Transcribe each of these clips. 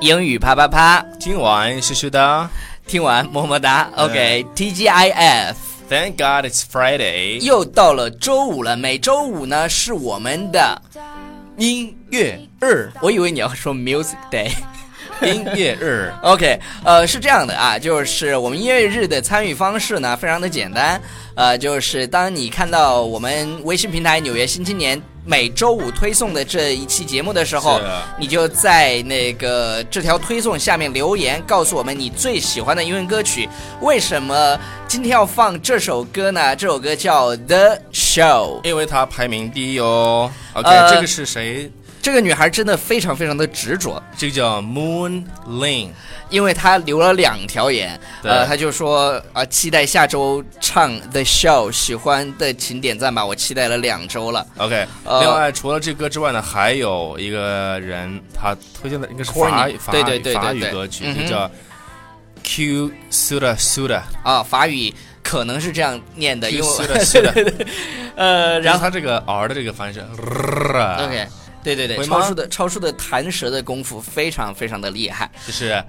英语啪啪啪，今晚是是的听完么么哒。OK，TGIF，、 ，Thank God it's Friday。又到了周五了，每周五呢是我们的音乐日，我以为你要说 Music Day。音乐日， OK，呃，是这样的啊，就是我们音乐日的参与方式呢，非常的简单，呃，就是当你看到我们微信平台《纽约新青年》每周五推送的这一期节目的时候是，你就在那个这条推送下面留言，告诉我们你最喜欢的英文歌曲，为什么今天要放这首歌呢？这首歌叫《The Show》，因为它排名第一哦。OK，、呃这个是谁？这个女孩真的非常非常的执着，这个叫 Moon Lin。因为他留了两条言，对呃，他就说啊、呃期待下周唱 The Show，喜欢的请点赞吧，我期待了两周了。 OK，、呃另外除了这歌之外呢，还有一个人他推荐的应该是法 Corny，法对对对对法语对歌曲，嗯哼就叫 Q Suda Suda。啊，法语可能是这样念 的，因为是的是的 对对对呃，然然后后他这个 R 的这个发音是 OK，对对对，会吗超叔的超叔的弹舌的功夫非常非常的厉害。就是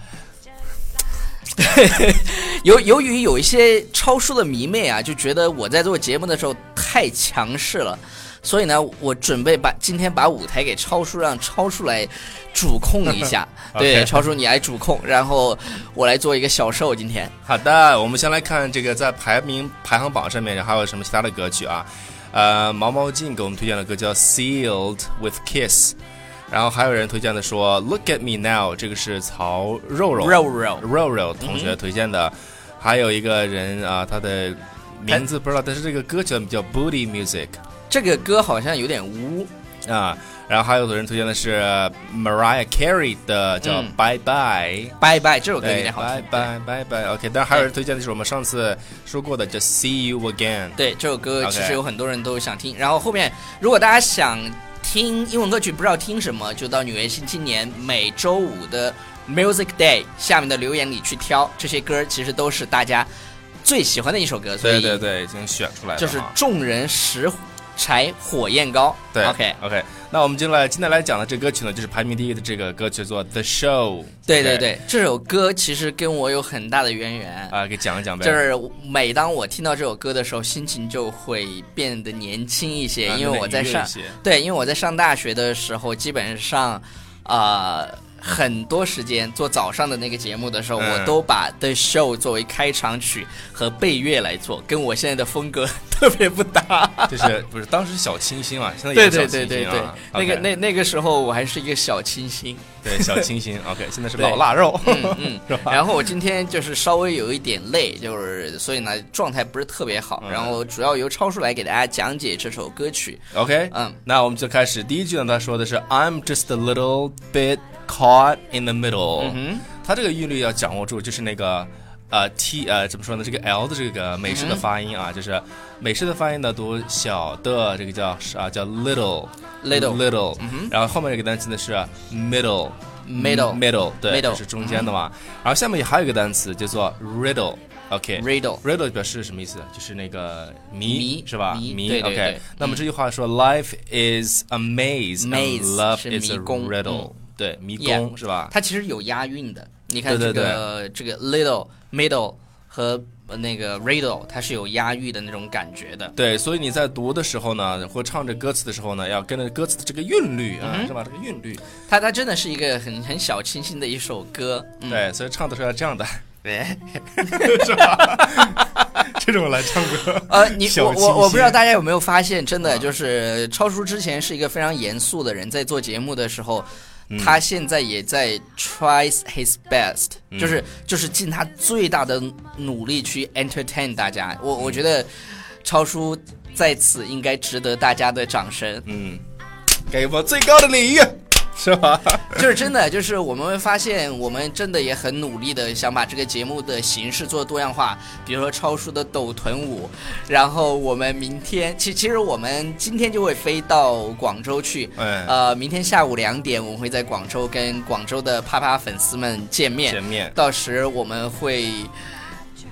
由由于有一些超叔的迷妹啊，就觉得我在做节目的时候太强势了，所以呢，我准备把今天把舞台给超叔，让超叔来主控一下。对， OK 超叔你来主控，然后我来做一个小受。今天好的，我们先来看这个在排名排行榜上面还有什么其他的歌曲啊？呃，毛毛静给我们推荐的歌叫《Sealed with Kiss》，然后还有人推荐的说《Look at Me Now》，这个是曹肉肉肉肉，肉肉同学推荐的，还有一个人啊，他的名字不知道，但是这个歌曲叫 Booty Music 这个歌好像有点污，啊。然后还有的人推荐的是呃 Mariah Carey 的叫嗯 Bye Bye，、拜拜，这首歌有对点好听，Bye。Bye Bye Bye，OK。但是还有人推荐的是我们上次说过的叫 See You Again，对，这首歌 OK 其实有很多人都想听。然后后面，如果大家想听英文歌曲，不知道听什么，就到《纽约新青年》每周五的 Music Day 下面的留言里去挑。这些歌其实都是大家最喜欢的一首歌，所对以对对，已经选出来了啊，就是众人拾柴火焰高。对 OK， OK。那我们接下来今天来讲的这歌曲呢，就是排名第一的这个歌曲叫做 The Show，对对对，这首歌其实跟我有很大的渊源。啊，给讲一讲呗，就是每当我听到这首歌的时候，心情就会变得年轻一些，啊因为我在上，那得愉悦一些对，因为我在上大学的时候，基本上，呃，很多时间做早上的那个节目的时候，嗯我都把 The Show 作为开场曲和配乐来做，跟我现在的风格 特别不 搭。就是不是当时小清新嘛，现在对也是对小对清对新对啊，那 OK 个那那个时候我还是一个小清新，对小清新，OK，现在是对老腊肉，嗯嗯。 是 吧？然后我今天就是稍微有一点累，就是所以呢状态不是特别好，嗯然后主要由超叔来给大家讲解这首歌曲。 OK，嗯，那我们就开始第一句呢，他说的是 I'm just a little bit caught in the middle，、嗯他这个韵律要掌握住，就是那个。呃，t 呃怎么说呢？这个 l 的这个美式嗯的发音啊，就是美式的发音呢，读小的这个叫啊叫 little Little 嗯 little，、然后后面一个单词呢是 middle Middle middle 对 Middle 嗯就是中间的嘛。然后下面还有一个单词叫做 riddle，OK、哼，Riddle。 Riddle 表示什么意思？就是那个谜，谜是吧？谜谜。对对 OK，对嗯那么这句话说、l i f e is a Maze maze, and love 是迷 is a 宫嗯 riddle、对，迷宫 Yeah 是吧？它其实有押韵的。你看这对对个这个 little middle 和呃那个 riddle，它是有押韵的那种感觉的。对，所以你在读的时候呢，或唱着歌词的时候呢，要跟着歌词的这个韵律嗯啊，是吧？这个韵律，它它真的是一个很很小清新的一首歌。嗯，对，所以唱的时候要这样的， 对。这种来唱歌。 呃，你小我清我新啊我不知道大家有没有发现，真的就是超叔之前是一个非常严肃的人，在做节目的时候，嗯他现在也在 tries his best，、就是就是尽他最大的努力去 entertain 大家。我嗯我觉得超叔在此应该值得大家的掌声。嗯，给我最高的礼遇，是吧？就是真的，就是我们会发现，我们真的也很努力的想把这个节目的形式做多样化，比如说超叔的抖臀舞，然后我们明天，其其实我们今天就会飞到广州去，哎呃，明天下午两点我们会在广州跟广州的啪啪粉丝们见面，见面到时我们会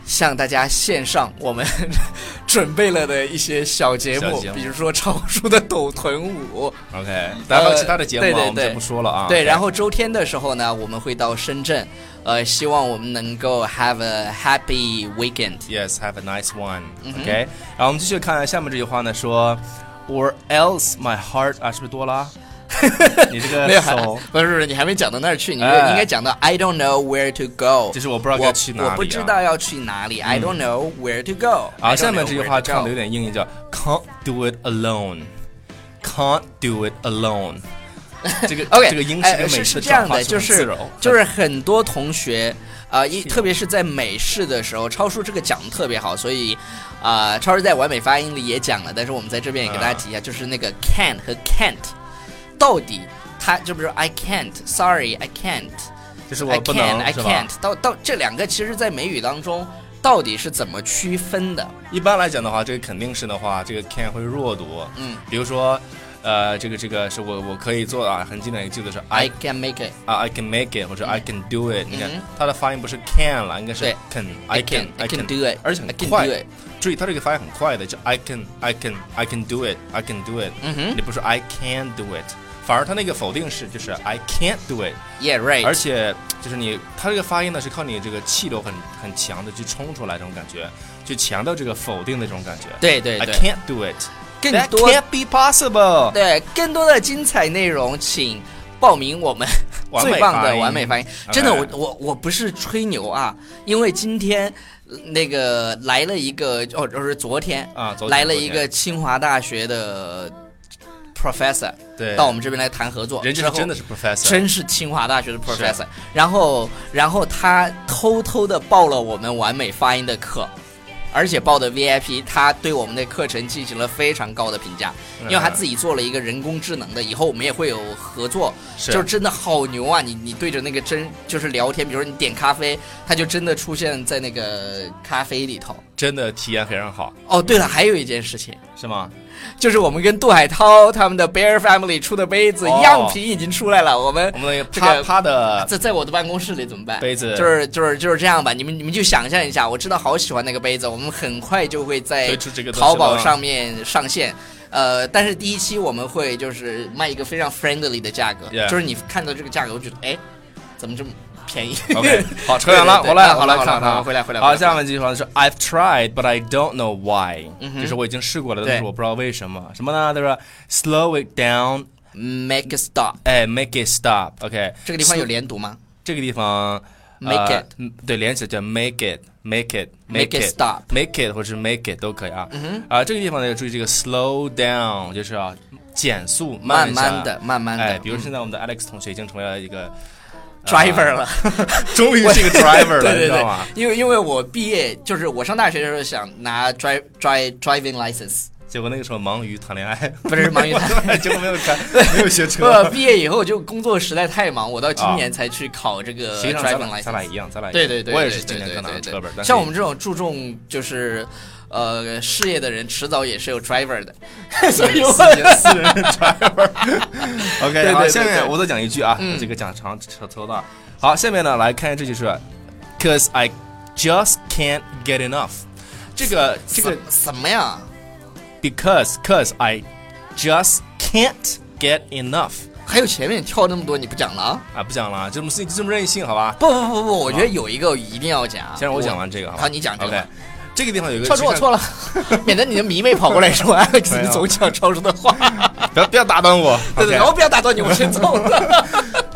向大家献上我们 准备了的一些小节小目，节目比如说超叔的抖臀舞。 OK，大家还有其他的节目啊，呃呃对对我们就不说了啊。对，然后后周天的时候呢，我们会到深圳，呃，希望我们能够 have a happy weekend。 Yes, have a nice one. 嗯 OK，、然后我们继续看下面这句话呢，说 Or else my heart 啊，是不是多 啦？你这没有，个还手，不是不是，你还没讲到那儿去，你应哎该应该讲到 I don't know where to go，就是我不知道该去哪里啊我不知道要去哪里，I don't know where to go。啊，下面这句话唱的有点点英语，叫 Can't do it alone。Can't do it alone。这个 OK，这个英式哎跟美是式是的这样转化的，是就很自是然就是很多同学。啊、一特别是在美式的时候，超叔这个讲的特别好，所以，啊、超叔在完美发音里也讲了，但是我们在这边也给大家提一啊下，就是那个 can 和 can't，到底它就比如说 I can't，sorry，I can't，就是我 I 不能 can, I 是吧 can't。到到这两个，其实，在美语当中到底是怎么区分的？一般来讲的话，这个肯定是的话，这个 can 会弱读。嗯，比如说，呃，这个这个是我我可以做的啊，很经典一个句子是 I I can make it。啊 I can make it 或者 I can do it。你看嗯它的发音不是 can 了，应该是对 can I can I can do it，而且很 I can 快 do it。注意它这个发音很快的，就 I can I can I can do it I can do it。嗯哼你不是 I can do it，反而它那个否定式就是 I can't do it。 Yeah, right。而且就是你，它这个发音呢是靠你这个气流很很强的去冲出来这种感觉，去强调这个否定的这种感觉。对对 I 对 can't do it. 更 That 多 can't be possible. 对更多的精彩内容，请报名我们完美 最棒发的音完美发音。 OK 真的，我我我不是吹牛啊，因为今天呃那个来了一个，哦，就是昨天啊昨天来了一昨个天清华大学的 professor 对，到我们这边来谈合作，人家之是后真的是 professor，真是清华大学的 professor，然后然后他偷偷的报了我们完美发音的课，而且报的 VIP，他对我们的课程进行了非常高的评价，嗯因为他自己做了一个人工智能的，以后我们也会有合作，嗯是就是真的好牛啊！你你对着那个真就是聊天，比如说你点咖啡，它就真的出现在那个咖啡里头。真的体验非常好，哦，对了，还有一件事情。是吗？嗯就是我们跟杜海涛他们的 Bear Family 出的杯子、哦样品已经出来了，我们我们那个这啪个啪的，在在我的办公室里怎么办？哦杯子就是就是就是这样吧，你们你们就想象一下，我知道好喜欢那个杯子，我们很快就会在推出这个东西了淘宝上面上线。呃，但是第一期我们会就是卖一个非常 friendly 的价格 Yeah 就是你看到这个价格，我觉得哎，怎么这么便宜 OK，好， 扯远了，对对对我来，好了好我来了看看啊，好回来回来好，回来下面继续说的是 I've tried but I don't know why，嗯哼就是我已经试过了，但是对我不知道为什么，什么呢？就是 slow it down， ？Make a stop，哎，make it stop。OK，这个地方有 Slow- 连读吗？这个地方 Make 呃 it 嗯对，连起来叫 make it，make it，make Make it stop 嗯 it，make it 或者是 make it 都可以啊。啊，这个地方呢要注意这个 slow down，就是要减速，慢一下慢的，。慢慢的，哎，比如现在我们的 Alex 同学已经成为了一个嗯 driver 了。 终于啊是一个 driver 了，对你对知对道吗？，因为因为我毕业就是我上大学的时候想拿 drive drive driving license，结果那个时候忙于谈恋爱，不是忙于谈恋爱 结果没有开，没有学车呃，。毕业以后就工作实在太忙，我到今啊年才去考这个实际上咱 driving 俩咱俩 license。一样，咱俩一样对对对，我也对是对今年对刚拿对到对车本，但是像我们这种注重就是呃事业的人，迟早也是有 driver 的，所以我私 人私人 driver。OK，对好，对下对嗯面对我再讲一句啊，这个讲长扯扯到。好，下面呢来看这就是 Cause I just can't get enough。这个这个什什么呀？ Because cause I just can't get enough 还有前面跳那么多，你不讲了啊？啊，不讲了，就这么就这么任性，好吧？不不不不，我觉得有一个一定要讲。先让我讲完这个，好吧？好，你讲这 OK 个。。这个地方有一个超叔，我错了，免得你的迷妹跑过来说 Alex，你总讲超叔的话。不要不要打断 我。对对， OK 然后不要打断你，我先走 了。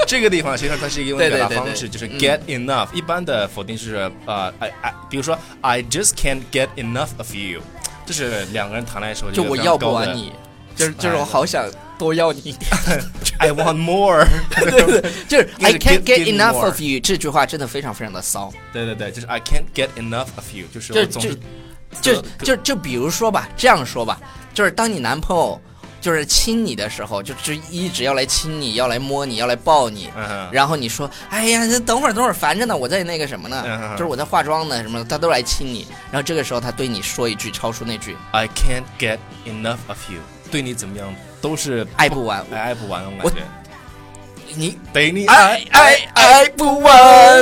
这个地方实际上它是一个英文表达对对对对方式，就是嗯 get enough。一般的否定是呃，I I，比如说 I just can't get enough of you，这是两个人谈恋爱的时候就一个我非常要不高的哎完你，就是就是我好想多要你一点。 ，I want more 对对对，就是 Give- I can't give- get give me enough more of you 这句话真的非常非常的骚。对对对，就是 I can't get enough of you，就是就我总就是就就就比如说吧，这样说吧，就是当你男朋友就是亲你的时候，就就一直要来亲你，要来摸你，要来抱你。嗯哼然后你说，哎呀，等会儿等会儿烦着呢，我在那个什么呢嗯嗯就嗯，是我在化妆呢，什么的他都来亲你。然后这个时候他对你说一句超出那句 I can't get enough of you，对你怎么样都是爱不完，爱爱不完，我感觉你得你爱爱爱不完。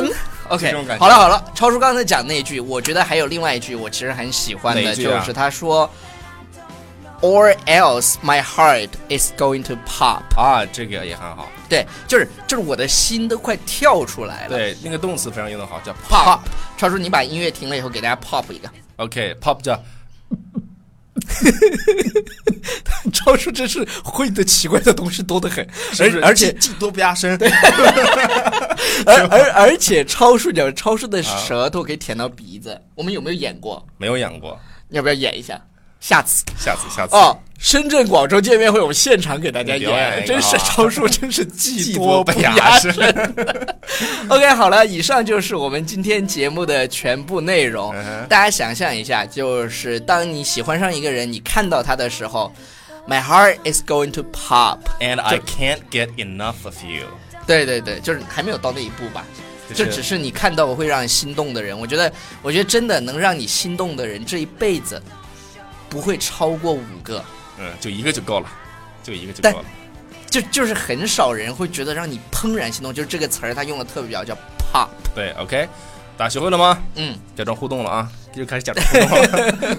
OK，这种感觉好了好了，超叔刚才讲那一句，我觉得还有另外一句我其实很喜欢哪的，一句就啊是他说，or else my heart is going to pop。啊，这个也很好。对，就是就是我的心都快跳出来了。对，那个动词非常用的好，叫 pop，超叔你把音乐停了以后给大家 pop 一个。OK，pop 叫超叔真是会的奇怪的东西多得很，是不是而而且技技多不压身。 而而而且超叔讲超叔的舌头可以舔到鼻子，我们有没有演过？没有养过，要不要演一下？下次下次下次。哦，深圳、广州见面会，我们现场给大家表演一演，个真是啊超叔，真是技技多多不不压压身身。 OK，好了，以上就是我们今天节目的全部内容嗯。哼大家想象一下，就是当你喜欢上一个人，你看到他的时候，My heart is going to pop。 And I can't get enough of you。对对对，就是还没有到那一步吧。就这是只是你看到我会让你心动的人，我觉得，我觉得真的能让你心动的人，这一辈子不会超过五个，嗯，就一个就够了，就一个就但够了。就就是很少人会觉得让你怦然心动，就是这个词儿他用的特别好，叫 pop。对，OK，大家学会了吗？嗯假装互动了啊，就开始假装互动 了。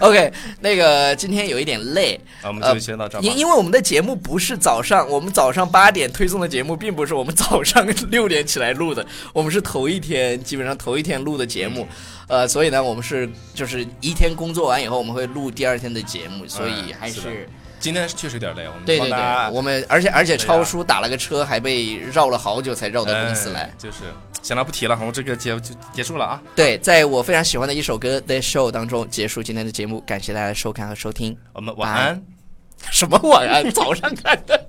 ，OK，那个今天有一点累，啊，我们呃就先到这儿吧因。因为我们的节目不是早上，我们早上八点推送的节目，并不是我们早上 六点起来录的，我们是头一天，基本上头一天录的节目，嗯呃，所以呢，我们是就是一天工作完以后，我们会录第二天的节目，所以嗯还是的是今天确实有点累，我们对帮对大对家，我们而且而且对啊超叔打了个车，还被绕了好久才绕到公司来哎。就是行了，不提了，我们这个节目就结束了啊。对，在我非常喜欢的一首歌《The Show》当中结束今天的节目，感谢大家的收看和收听。我们晚安。什么晚安？早上看的。